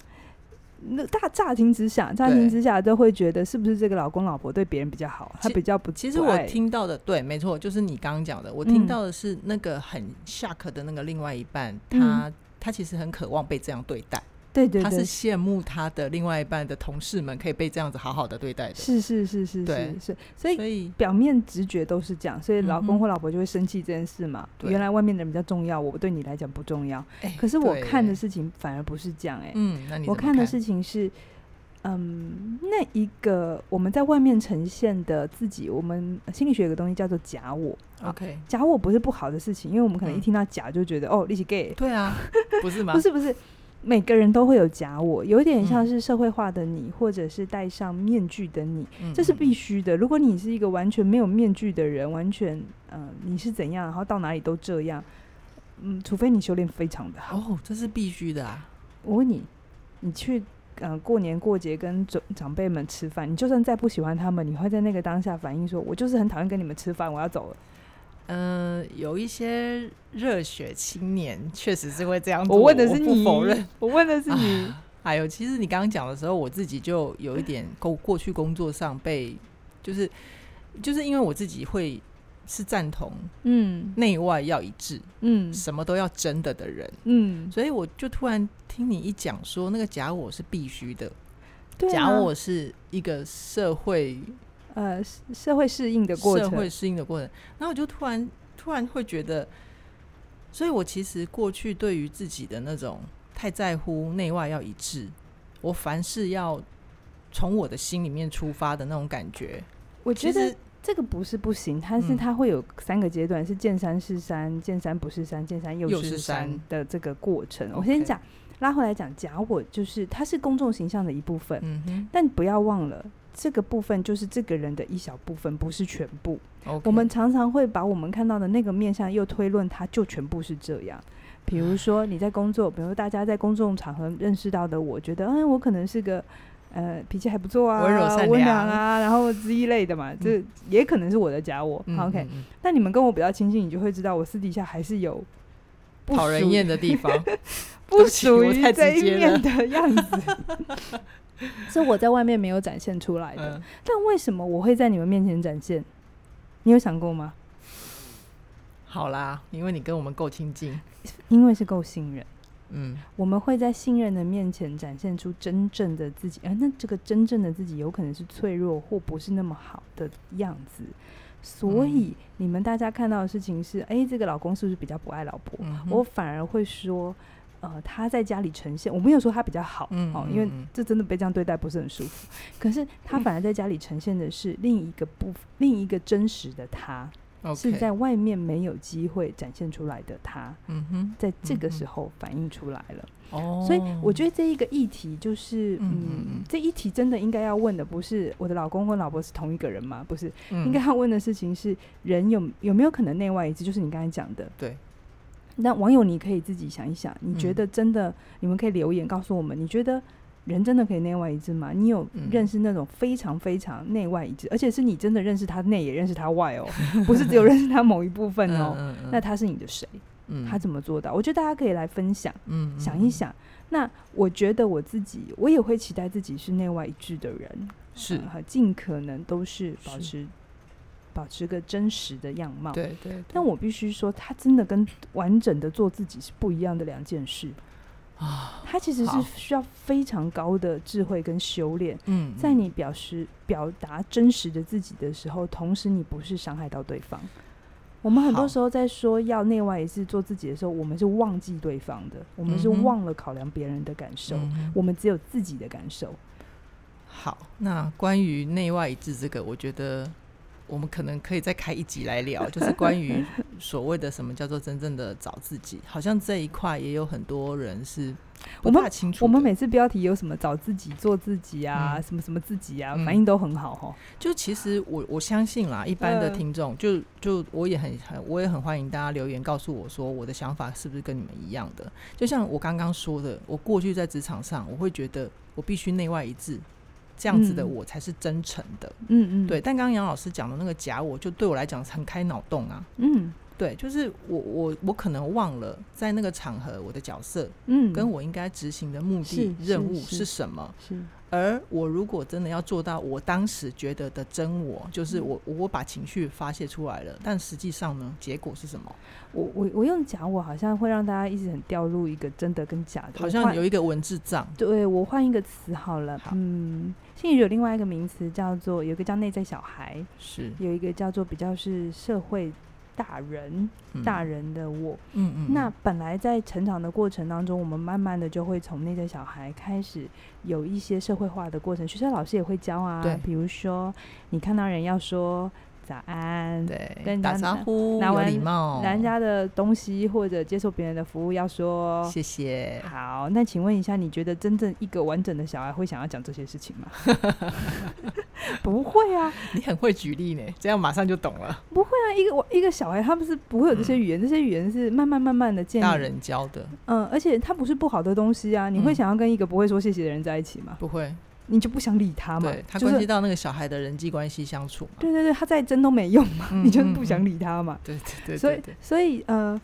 Speaker 2: 那大乍听之下，乍听之下都会觉得是不是这个老公老婆对别人比较好，他
Speaker 1: 其
Speaker 2: 比较不
Speaker 1: 其实
Speaker 2: 不
Speaker 1: 我
Speaker 2: 爱
Speaker 1: 听到的，对，没错，就是你刚刚讲的，我
Speaker 2: 嗯
Speaker 1: 听到的是那个很下课的那个另外一半，他他其实很渴望被这样对待，
Speaker 2: 对嗯对
Speaker 1: 他
Speaker 2: 对
Speaker 1: 是羡慕他的另外一半的同事们可以被这样子好好的对待的，
Speaker 2: 是是是是
Speaker 1: 对
Speaker 2: 是是，所以
Speaker 1: 所以
Speaker 2: 表面直觉都是这样，所以老
Speaker 1: 嗯
Speaker 2: 公
Speaker 1: 哼
Speaker 2: 或老婆就会生气这件事嘛。
Speaker 1: 对
Speaker 2: 原来外面的人比较重要，我对你来讲不重要。
Speaker 1: 哎
Speaker 2: 可是我
Speaker 1: 对
Speaker 2: 看的事情反而不是这样哎、
Speaker 1: 嗯，那你
Speaker 2: 我
Speaker 1: 怎么
Speaker 2: 看的事情是，嗯，那一个我们在外面呈现的自己，我们心理学有个东西叫做假我。
Speaker 1: OK，
Speaker 2: 假我不是不好的事情，因为我们可能一
Speaker 1: 嗯
Speaker 2: 听到假就觉得、哦，你是 gay，
Speaker 1: 对啊，不是吗？
Speaker 2: 不是不是，每个人都会有假我，有点像
Speaker 1: 嗯
Speaker 2: 是社会化的你，或者是戴上面具的你，
Speaker 1: 嗯，
Speaker 2: 这是必
Speaker 1: 须
Speaker 2: 须的。如果你是一个完全没有面具的人，完全呃你是怎样，然后到哪里都这样，嗯，除非你修炼非常的好。
Speaker 1: 哦，这是必须的啊。
Speaker 2: 我问你，你去。嗯、过年过节跟长长辈们吃饭，你就算再不喜欢他们，你会在那个当下反应说：“我就是很讨厌跟你们吃饭，我要走了。
Speaker 1: 嗯、有一些热血青年确实是会这样”做，
Speaker 2: 我问的是
Speaker 1: 嗯不
Speaker 2: 你，
Speaker 1: 否认。，
Speaker 2: 我问的是你。
Speaker 1: 哎呦，其实你刚刚讲的时候，我自己就有一点过过去工作上被，就是就是因为我自己会是赞同
Speaker 2: 嗯
Speaker 1: 内外要一致，
Speaker 2: 嗯
Speaker 1: 什么都要真的的人，
Speaker 2: 嗯，
Speaker 1: 所以我就突然听你一讲说，那个假我是必须的，
Speaker 2: 对
Speaker 1: 假
Speaker 2: 啊
Speaker 1: 我是一个社会
Speaker 2: 呃社社会适应的过
Speaker 1: 社会
Speaker 2: 程，
Speaker 1: 适应的过程。然后我就突然突然会觉得，所以我其实过去对于自己的那种太在乎内外要一致，我凡事要从我的心里面出发的那种感觉，
Speaker 2: 我
Speaker 1: 其
Speaker 2: 觉得
Speaker 1: 实
Speaker 2: 这个不是不行，它是
Speaker 1: 嗯
Speaker 2: 它会有三个阶段，是见山是山，见山不是山，见山
Speaker 1: 又
Speaker 2: 又
Speaker 1: 是
Speaker 2: 是山
Speaker 1: 山
Speaker 2: 的这个过程。我先
Speaker 1: OK
Speaker 2: 讲拉回来讲假我，就是它是公众形象的一部分，
Speaker 1: 嗯哼
Speaker 2: 但不要忘了。这个部分就是这个人的一小部分，不是全部。
Speaker 1: ，OK，
Speaker 2: 我们常常会把我们看到的那个面相，又推论它就全部是这样。比如说你在工作，比如大家在公众场合认识到的，我觉得，嗯，我可能是个呃脾气还不错啊，
Speaker 1: 温柔善
Speaker 2: 温
Speaker 1: 良
Speaker 2: 良啊，然后之一类的嘛，这也可能是我的假我。
Speaker 1: 嗯
Speaker 2: 好 OK，
Speaker 1: 嗯嗯
Speaker 2: 那你们跟我比较亲近，你就会知道我私底下还是有不
Speaker 1: 讨人
Speaker 2: 属于
Speaker 1: 厌的地 方，对
Speaker 2: 不
Speaker 1: 不起
Speaker 2: 属
Speaker 1: 我
Speaker 2: 于
Speaker 1: 太直
Speaker 2: 这一
Speaker 1: 接
Speaker 2: 面
Speaker 1: 了
Speaker 2: 的样子， 是我在外面没有展现出来的。
Speaker 1: 嗯，
Speaker 2: 但为什么我会在你们面前展现？你有想过吗？
Speaker 1: 好啦，因为你跟我们够亲近，
Speaker 2: 因为是够信任，
Speaker 1: 嗯，
Speaker 2: 我们会在信任的面前展现出真正的自己。哎、那这个真正的自己有可能是脆弱或不是那么好的样子。所以你们大家看到的事情是：哎、这个老公是不是比较不爱老婆？
Speaker 1: 嗯哼
Speaker 2: 我反而会说，呃，他在家里呈现，我没有说他比较好，
Speaker 1: 嗯
Speaker 2: 哦，
Speaker 1: 嗯
Speaker 2: 因为
Speaker 1: 嗯
Speaker 2: 这真的被这样对待不是很舒服。可是他反而在家里呈现的是另一个不另一个真实的他，是
Speaker 1: OK，
Speaker 2: 在外面没有机会展现出来的他，
Speaker 1: 嗯哼，
Speaker 2: 在这个
Speaker 1: 嗯嗯
Speaker 2: 时候反映出来了。
Speaker 1: 哦，
Speaker 2: 所以我觉得这一个议题就是，
Speaker 1: 嗯嗯
Speaker 2: 嗯，
Speaker 1: 嗯
Speaker 2: 这一题真的应该要问的不是我的老公或老婆是同一个人吗？不是，
Speaker 1: 得
Speaker 2: 应该要问的事情是人有有没有可能内外一致，就是你刚才讲的。
Speaker 1: 对。
Speaker 2: 那网友，你可以自己想一想，你觉
Speaker 1: 嗯
Speaker 2: 得真的，你们可以留言告诉我们，你觉得人真的可以内外一致吗？你有
Speaker 1: 嗯
Speaker 2: 认识那种非常非常内外一致，而且是你真的认识他内，也认识他外哦，不是只有认识他某一部分哦。
Speaker 1: 嗯嗯嗯
Speaker 2: 那他是你的谁？
Speaker 1: 嗯
Speaker 2: 他怎么做到？我觉得大家可以来分享。
Speaker 1: 嗯
Speaker 2: 想一，想。那我觉得我自己，我也会期待自己是内外一致的人，
Speaker 1: 嗯是
Speaker 2: 呃尽可能都是保
Speaker 1: 是
Speaker 2: 持保持个真实的样貌。
Speaker 1: 对对，对
Speaker 2: 但我必须说，它真的跟完整的做自己是不一样的两件事。
Speaker 1: 啊，
Speaker 2: 它其实是
Speaker 1: 好
Speaker 2: 需要非常高的智慧跟修炼，
Speaker 1: 嗯，
Speaker 2: 在你表示表达真实的自己的时候，同时你不是伤害到对方。我们很多
Speaker 1: 好
Speaker 2: 时候在说要内外一致做自己的时候，我们是忘记对方的，我们是
Speaker 1: 嗯哼
Speaker 2: 忘了考量别人的感受，
Speaker 1: 嗯哼
Speaker 2: 我们只有自己的感受。
Speaker 1: 好，那关于内外一致这个，我觉得我们可能可以再开一集来聊，就是关 于所谓的什么叫做真正的找自己，好像这一块也有很多人是不
Speaker 2: 我们
Speaker 1: 大清楚
Speaker 2: 我们
Speaker 1: 的
Speaker 2: 每次标题有什么找自己、做自己啊，
Speaker 1: 嗯
Speaker 2: 什么什么自己啊，
Speaker 1: 嗯
Speaker 2: 反应都很好哈。
Speaker 1: 就其实我我相信啦，一般的
Speaker 2: 嗯
Speaker 1: 听众、就就我也很很我也很欢迎大家留言告诉我说我的想法是不是跟你们一样的。就像我刚刚说的，我过去在职场上，我会觉得我必须内外一致，这样子的
Speaker 2: 嗯
Speaker 1: 我才是真诚的。
Speaker 2: 嗯嗯，
Speaker 1: 对，，但刚刚杨老师讲的那个假我，就对我来讲是很开脑洞啊。
Speaker 2: 嗯
Speaker 1: 对，就是我我我可能忘了在那个场合我的角色
Speaker 2: 嗯，
Speaker 1: 跟我应该执行的目的
Speaker 2: 是是
Speaker 1: 任务
Speaker 2: 是
Speaker 1: 是什么，
Speaker 2: 是
Speaker 1: 而我如果真的要做到我当时觉得的真我，
Speaker 2: 嗯
Speaker 1: 就是我我把情绪发泄出来了，但实际上呢，结果是什么？
Speaker 2: 我我我用假我好像会让大家一直很掉入一个真的跟假的，
Speaker 1: 好
Speaker 2: 我
Speaker 1: 像
Speaker 2: 换
Speaker 1: 有一个文字障，
Speaker 2: 对我换一个词好了，
Speaker 1: 好
Speaker 2: 嗯，心理学有另外一个名词叫做，有一个叫内在小孩，
Speaker 1: 是、
Speaker 2: 有一个叫做比较是社会大人、
Speaker 1: 嗯
Speaker 2: 大，人的我。
Speaker 1: 嗯嗯，
Speaker 2: 那本来在成长的过程当中，我们慢慢的就会从内在小孩开始有一些社会化的过程，学校老师也会教啊
Speaker 1: 对，
Speaker 2: 比如说你看到人要说早安，
Speaker 1: 对，
Speaker 2: 嗯
Speaker 1: 哦
Speaker 2: 跟人
Speaker 1: 打
Speaker 2: 家
Speaker 1: 招
Speaker 2: 拿
Speaker 1: 呼
Speaker 2: 拿
Speaker 1: 有
Speaker 2: 完
Speaker 1: 礼貌，
Speaker 2: 拿人家的东西或者接受别人的服务要说
Speaker 1: 谢谢。
Speaker 2: 好，那请问一下，你觉得真正一个完整的小孩会想要讲这些事情吗？ 不会啊，
Speaker 1: 你很会举例呢，这样马上就懂了。
Speaker 2: 不会啊，一个我一个小孩他们是不会有这些语言，这些语言是慢慢慢慢的建立。
Speaker 1: 大，嗯人教的
Speaker 2: 嗯，而且它不是不好的东西啊，你会
Speaker 1: 嗯
Speaker 2: 想要跟一个不会说谢谢的人在一起吗？
Speaker 1: 不会，
Speaker 2: 你就不想理他嘛？
Speaker 1: 对他
Speaker 2: 就
Speaker 1: 关系
Speaker 2: 是
Speaker 1: 到那个小孩的人际关系相处嘛。
Speaker 2: 对对对，他再争都没用嘛，
Speaker 1: 嗯
Speaker 2: 你就是
Speaker 1: 嗯
Speaker 2: 不
Speaker 1: 嗯
Speaker 2: 想理他嘛。
Speaker 1: 对对对，
Speaker 2: 所
Speaker 1: 对
Speaker 2: 以
Speaker 1: 对，
Speaker 2: 所以呃，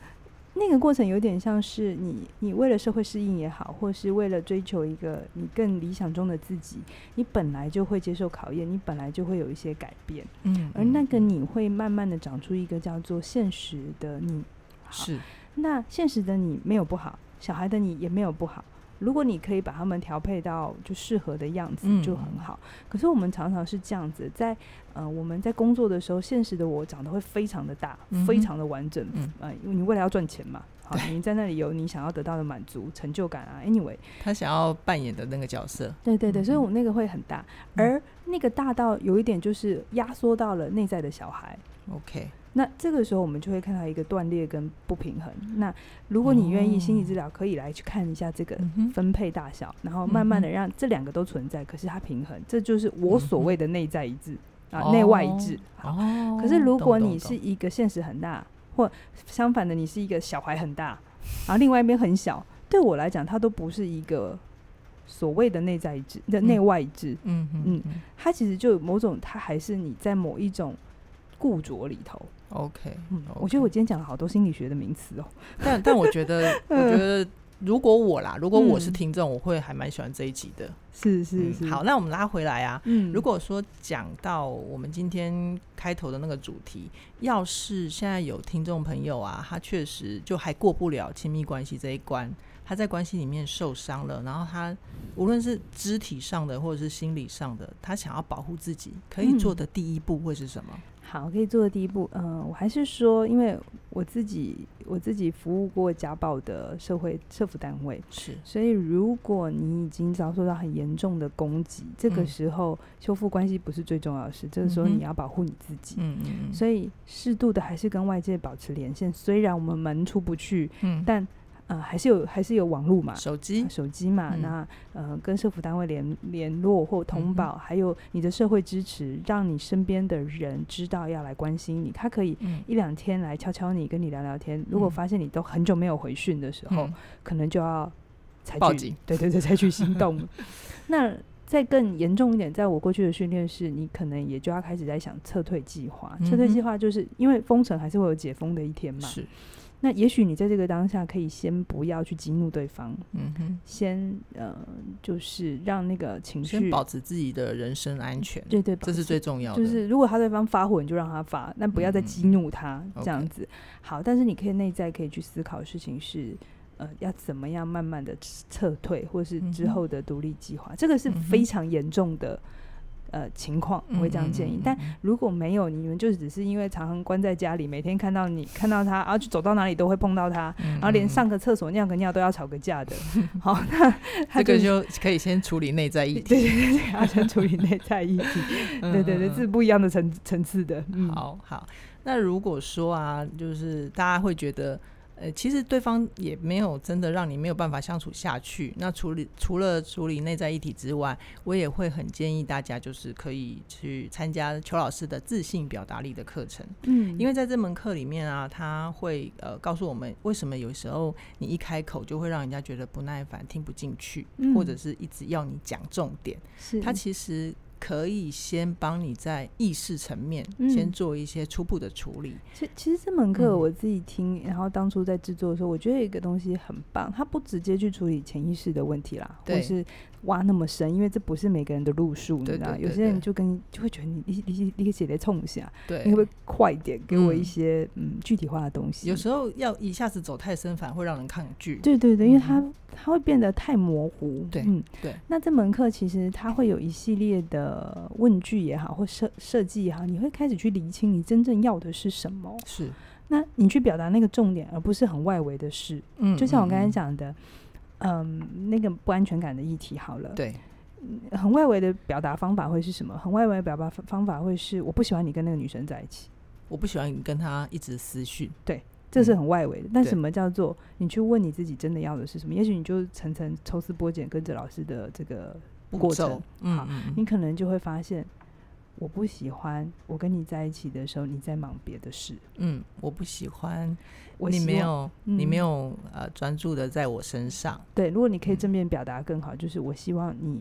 Speaker 2: 那个过程有点像是你，你为了社会适应也好，或是为了追求一个你更理想中的自己，你本来就会接受考验，你本来就会有一些改变，
Speaker 1: 嗯，
Speaker 2: 而
Speaker 1: 嗯
Speaker 2: 那个
Speaker 1: 嗯
Speaker 2: 你会慢慢的长出一个叫做现实的你。好
Speaker 1: 是
Speaker 2: 那现实的你没有不好，小孩的你也没有不好。如果你可以把他们调配到就适合的样子
Speaker 1: 嗯，
Speaker 2: 就很好。可是我们常常是这样子，在呃我们在工作的时候，现实的我长得会非常的大，
Speaker 1: 嗯哼
Speaker 2: 非常的完整，
Speaker 1: 嗯
Speaker 2: 呃，因为你为了要赚钱嘛，好，你在那里有你想要得到的满足、成就感啊。Anyway，
Speaker 1: 他想要扮演的那个角色，
Speaker 2: 对对对，所以
Speaker 1: 嗯
Speaker 2: 我那个会很大，
Speaker 1: 嗯
Speaker 2: 而那个大到有一点就是压缩到了内在的小孩。
Speaker 1: OK，
Speaker 2: 那这个时候我们就会看到一个断裂跟不平衡。那如果你愿意，
Speaker 1: 哦
Speaker 2: 心理治疗可以来去看一下这个
Speaker 1: 嗯哼，
Speaker 2: 分配大小，然后
Speaker 1: 嗯
Speaker 2: 慢慢的让这两个都存在，可是它平衡，这就是我所谓的内在一致、啊，
Speaker 1: 哦
Speaker 2: 内外一致。好，
Speaker 1: 哦
Speaker 2: 可是如果
Speaker 1: 懂
Speaker 2: 你
Speaker 1: 懂
Speaker 2: 是
Speaker 1: 懂
Speaker 2: 一个现实很大，或相反的，你是一个小孩很大，然后另外一边很小，对我来讲，它都不是一个所谓的内在一致、的
Speaker 1: 嗯
Speaker 2: 内外一致，
Speaker 1: 嗯哼
Speaker 2: 嗯
Speaker 1: 嗯嗯
Speaker 2: 它其实就有某种，它还是你在某一种固着里头。
Speaker 1: ，OK，
Speaker 2: 嗯我觉得我今天讲了好多心理学的名词哦。
Speaker 1: 但但我觉 得，我觉得如果我啦，如果我是
Speaker 2: 嗯
Speaker 1: 听众，我会还蛮喜欢这一集的。
Speaker 2: 是是
Speaker 1: 嗯
Speaker 2: 是，
Speaker 1: 好，，那我们拉回来啊。
Speaker 2: 嗯，
Speaker 1: 如果说讲到我们今天开头的那个主题，要是现在有听众朋友啊，他确实就还过不了亲密关系这一关，他在关系里面受伤了，然后他无论是肢体上的或者是心理上的，他想要保护自己，可以做
Speaker 2: 嗯
Speaker 1: 的第一步会是什么？
Speaker 2: 好，可以做的第一步，嗯、我还是说，因为我自己我自己服务过家暴的社会社服单位，
Speaker 1: 是
Speaker 2: 所以如果你已经遭受到很严重的攻击，这个
Speaker 1: 嗯
Speaker 2: 时候修复关系不是最重要的事，这个时候
Speaker 1: 嗯哼
Speaker 2: 你要保护你自己。
Speaker 1: 嗯嗯嗯，
Speaker 2: 所以适度的还是跟外界保持连线，虽然我们门出不去，
Speaker 1: 嗯，
Speaker 2: 但呃还是有还是有网络嘛，
Speaker 1: 手机
Speaker 2: 啊，手机嘛，
Speaker 1: 嗯
Speaker 2: 那呃跟社服单位联联络
Speaker 1: 嗯
Speaker 2: 或
Speaker 1: 哼
Speaker 2: 通报，还有你的社会支持，让你身边的人知道要来关心你，他可以
Speaker 1: 嗯，
Speaker 2: 一两天来敲敲你，跟你聊聊天。如果
Speaker 1: 嗯
Speaker 2: 发现你都很久没有回讯的时候，
Speaker 1: 嗯
Speaker 2: 可能就要采取
Speaker 1: 报警，
Speaker 2: 对对对，采取行动了。 那再更严重一点，在我过去的训练是，你可能也就要开始在想撤退计划。撤退
Speaker 1: 嗯哼
Speaker 2: 计划就是因为封城还是会有解封的一天嘛。
Speaker 1: 是，
Speaker 2: 那也许你在这个当下可以先不要去激怒对方，
Speaker 1: 嗯哼，
Speaker 2: 先呃，就是让那个情
Speaker 1: 先
Speaker 2: 绪
Speaker 1: 保持自己的人身安全，
Speaker 2: 对对，保
Speaker 1: 这是
Speaker 2: 持
Speaker 1: 最重要的。
Speaker 2: 就是如果他对方发火，你就让他发，但不要再
Speaker 1: 嗯嗯
Speaker 2: 激怒他、
Speaker 1: OK
Speaker 2: 这样子。好，但是你可以内在可以去思考的事情是，呃，要怎么样慢慢的撤退，或是之
Speaker 1: 嗯哼
Speaker 2: 后的独立计划，这个是
Speaker 1: 嗯哼
Speaker 2: 非常严重的。呃，情况我会这样建
Speaker 1: 嗯
Speaker 2: 议，
Speaker 1: 嗯嗯嗯
Speaker 2: 但如果没有，你们就只是因为常常关在家里，每天看到你看到他，啊，就走到哪里都会碰到他，
Speaker 1: 然
Speaker 2: 然后连上个厕所、尿个尿都要吵个 架的。好，那 他
Speaker 1: 嗯这个
Speaker 2: 是
Speaker 1: 就可以先处理内在议
Speaker 2: 对
Speaker 1: 题。
Speaker 2: 对对对，要先处理内在 议题。 对对
Speaker 1: 嗯嗯嗯
Speaker 2: 对，这是不一样的层层次的。嗯，
Speaker 1: 好好，那如果说啊，就是大家会觉得，呃，其实对方也没有真的让你没有办法相处下去。那处理除了处理内在议题之外，我也会很建议大家就是可以去参加邱老师的自信表达力的课程，
Speaker 2: 嗯，
Speaker 1: 因
Speaker 2: 为
Speaker 1: 为在这门课里面啊，他会呃告诉我们为什么有时候你一开口就会让人家觉得不耐烦、听不进去，
Speaker 2: 嗯
Speaker 1: 或者是一直要你讲重点。
Speaker 2: 是
Speaker 1: 它其实可以先帮你在意识层面
Speaker 2: 嗯
Speaker 1: 先做一些初步的处理。
Speaker 2: 其其实这门课
Speaker 1: 嗯
Speaker 2: 我自己听，然后当初在制作的时候，我觉得有一个东西很棒，它不直接去处理潜意识的问题啦，或
Speaker 1: 对
Speaker 2: 是挖那么深，因为这不是每个人的路数，你
Speaker 1: 对
Speaker 2: 知道，
Speaker 1: 对
Speaker 2: 有
Speaker 1: 对
Speaker 2: 些人
Speaker 1: 对
Speaker 2: 就跟就会觉得你你你你姐姐冲一下，
Speaker 1: 对
Speaker 2: 你可不可以快一点给我一
Speaker 1: 嗯
Speaker 2: 些嗯具体化的东西
Speaker 1: 有？时候要一下子走太深，反而会让人抗拒。
Speaker 2: 对对对，因为
Speaker 1: 嗯
Speaker 2: 它它会变得太模糊。
Speaker 1: 对
Speaker 2: 嗯，
Speaker 1: 对。
Speaker 2: 那这门课其实它会有一系列的问句也好，或设设计也好，你会开始去厘清你真正要的是什么。
Speaker 1: 是，
Speaker 2: 那你去表达那个重点，而不是很外围的事。
Speaker 1: 嗯
Speaker 2: 就像我刚才
Speaker 1: 嗯嗯
Speaker 2: 讲的，嗯，那个不安全感的议题好了，
Speaker 1: 对，
Speaker 2: 很外围的表达方法会是什么？很外围的表达方法会是我不喜欢你跟那个女生在一起，
Speaker 1: 我不喜欢你跟他一直私讯。
Speaker 2: 这是很外围的。但
Speaker 1: 嗯对
Speaker 2: 什么叫做你去问你自己真的要的是什么？也许你就层层抽丝剥茧，跟着老师的这个
Speaker 1: 步
Speaker 2: 过
Speaker 1: 骤
Speaker 2: 程，
Speaker 1: 嗯
Speaker 2: 好
Speaker 1: 嗯
Speaker 2: 你
Speaker 1: 嗯
Speaker 2: 可能就会发现，我不喜欢我跟你在一起的时候你在忙别的事。
Speaker 1: 嗯，我不喜欢
Speaker 2: 我
Speaker 1: 你
Speaker 2: 希
Speaker 1: 没
Speaker 2: 望
Speaker 1: 有，你没
Speaker 2: 嗯
Speaker 1: 有呃专注的在我身上。
Speaker 2: 对，如果你可以
Speaker 1: 嗯
Speaker 2: 正面表达更好，就是我希望你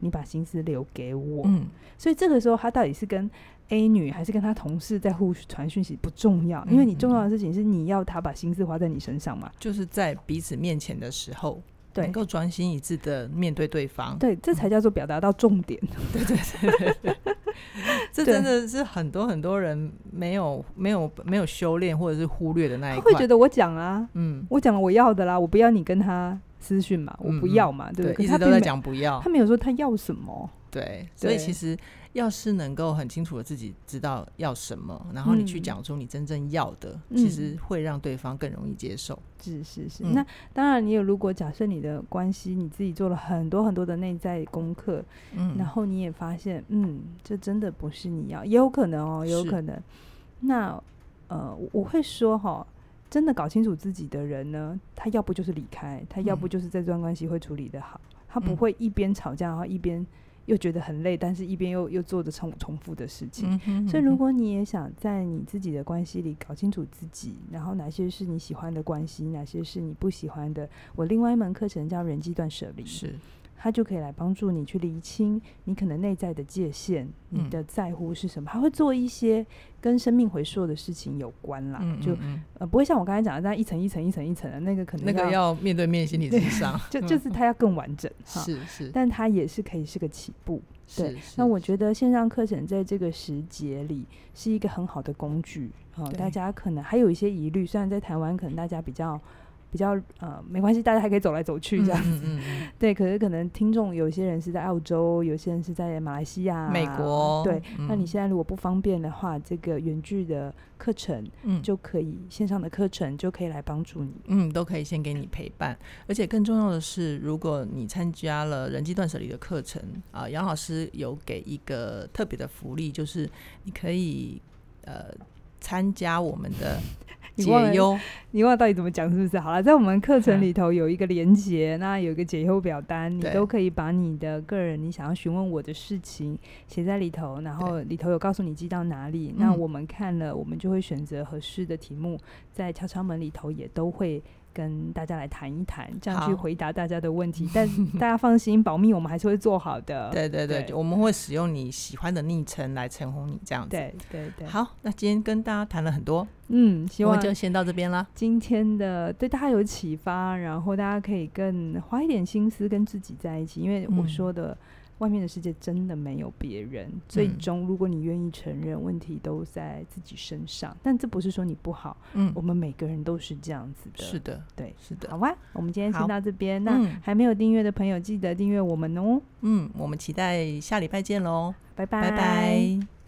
Speaker 2: 你把心思留给我。
Speaker 1: 嗯，
Speaker 2: 所以这个时候他到底是跟 A 女还是跟他同事在互传讯息不重要，因为你
Speaker 1: 嗯嗯
Speaker 2: 重要的事情是你要他把心思花在你身上嘛。
Speaker 1: 就是在彼此面前的时候，
Speaker 2: 对
Speaker 1: 能够专心一致的面对对方。
Speaker 2: 对，这才叫做表达到重点。
Speaker 1: 这
Speaker 2: 对
Speaker 1: 真的是很多很多人没有没有没有修炼或者是忽略的那
Speaker 2: 他
Speaker 1: 一
Speaker 2: 会
Speaker 1: 块
Speaker 2: 觉。得我讲啊，
Speaker 1: 嗯，
Speaker 2: 我讲了我要的啦，我不要你跟他私讯嘛，我
Speaker 1: 嗯
Speaker 2: 不
Speaker 1: 嗯
Speaker 2: 要嘛，对不
Speaker 1: 对，
Speaker 2: 对？可
Speaker 1: 一直
Speaker 2: 是他
Speaker 1: 都
Speaker 2: 并
Speaker 1: 在
Speaker 2: 没
Speaker 1: 讲不要
Speaker 2: 他，没有说他要什么，
Speaker 1: 对，所以
Speaker 2: 对
Speaker 1: 其实要是能够很清楚的自己知道要什么，然后你去
Speaker 2: 嗯
Speaker 1: 讲出你真正要的，
Speaker 2: 嗯
Speaker 1: 其实会让对方更容易接受。
Speaker 2: 是是是。
Speaker 1: 嗯
Speaker 2: 那当然，你也如果假设你的关系你自己做了很多很多的内在功课，
Speaker 1: 嗯，
Speaker 2: 然后你也发现，嗯，这真的不是你要，也有可能哦，也有
Speaker 1: 是
Speaker 2: 可能。那呃，我我会说哈，真的搞清楚自己的人呢，他要不就是离开，他要不
Speaker 1: 嗯
Speaker 2: 就是这段关系会处理的好，他不
Speaker 1: 嗯
Speaker 2: 会一边吵架，然后一边又觉得很累，但是一边又又做着重重复的事情。
Speaker 1: 嗯哼，
Speaker 2: 所以，如
Speaker 1: 嗯哼
Speaker 2: 果你也想在你自己的关系里搞清楚自己，然后哪些是你喜欢的关系，哪些是你不喜欢的，我另外一门课程叫人际断舍离，
Speaker 1: 是
Speaker 2: 它就可以来帮助你去厘清你可能内在的界限，你
Speaker 1: 嗯
Speaker 2: 的在乎是什么。它会做一些跟生命回溯的事情有关啦，
Speaker 1: 嗯，
Speaker 2: 就
Speaker 1: 嗯嗯
Speaker 2: 呃不会像我刚才讲的那一层一层一层一层的那个，可能
Speaker 1: 那个要面对面心理咨商，
Speaker 2: 就就是它要更完整哈，
Speaker 1: 是是，
Speaker 2: 但它也是可以是个起步。对
Speaker 1: 是
Speaker 2: 那
Speaker 1: 是
Speaker 2: 我觉得线上课程在这个时节里是一个很好的工具哦，
Speaker 1: 对
Speaker 2: 大家可能还有一些疑虑，虽然在台湾可能大家比较比较呃没关系，大家还可以走来走去这样，
Speaker 1: 嗯嗯嗯
Speaker 2: 对，可是可能听众有些人是在澳洲，有些人是在马来西亚、啊
Speaker 1: 嗯美国
Speaker 2: 对。那你
Speaker 1: 嗯
Speaker 2: 现在如果不方便的话，这个远距的课程
Speaker 1: 嗯
Speaker 2: 就可以线上的课程就可以来帮助你。
Speaker 1: 嗯，都可以先给你陪伴，而且更重要的是，如果你参加了人际断舍离的课程啊、杨老师有给一个特别的福利，就是你可以呃参加我们的
Speaker 2: 你忘了
Speaker 1: 解忧，
Speaker 2: 你忘了到底怎么讲是不是？好了，在我们课程里头有一个连结，那有一个解忧表单，你
Speaker 1: 嗯对
Speaker 2: 都可以把你的个人你想要询问我的事情写在里头，然后里头有告诉你寄到哪里。那
Speaker 1: 嗯
Speaker 2: 我们看了，我们就会选择合适的题目，在敲敲门里头也都会。跟大家来谈一谈，这样去
Speaker 1: 好
Speaker 2: 回答大家的 问题。但大家放心，保密我们还是会做好的。
Speaker 1: 对对对，
Speaker 2: 对
Speaker 1: 我们会使用你喜欢的昵称来称呼你这样子。
Speaker 2: 对对对，
Speaker 1: 好，那今天跟大家谈了很多，
Speaker 2: 嗯，希
Speaker 1: 我
Speaker 2: 望
Speaker 1: 们就先到这边啦。
Speaker 2: 今天的对大家有启发，然后大家可以更花一点心思跟自己在一起，因为我
Speaker 1: 嗯
Speaker 2: 说的，外面的世界真的没有别人。最
Speaker 1: 嗯
Speaker 2: 终，如果你愿意承认，问题都在自己身上。但这不是说你不好，
Speaker 1: 嗯
Speaker 2: 我，们每个人都是这样子的。
Speaker 1: 是的，
Speaker 2: 对，
Speaker 1: 是的
Speaker 2: 好，吧，我们今天先
Speaker 1: 好
Speaker 2: 到这边。那
Speaker 1: 嗯
Speaker 2: 还没有订阅的朋友，记得订阅我们哦。
Speaker 1: 嗯，我们期待下礼拜见喽，
Speaker 2: 拜
Speaker 1: 拜拜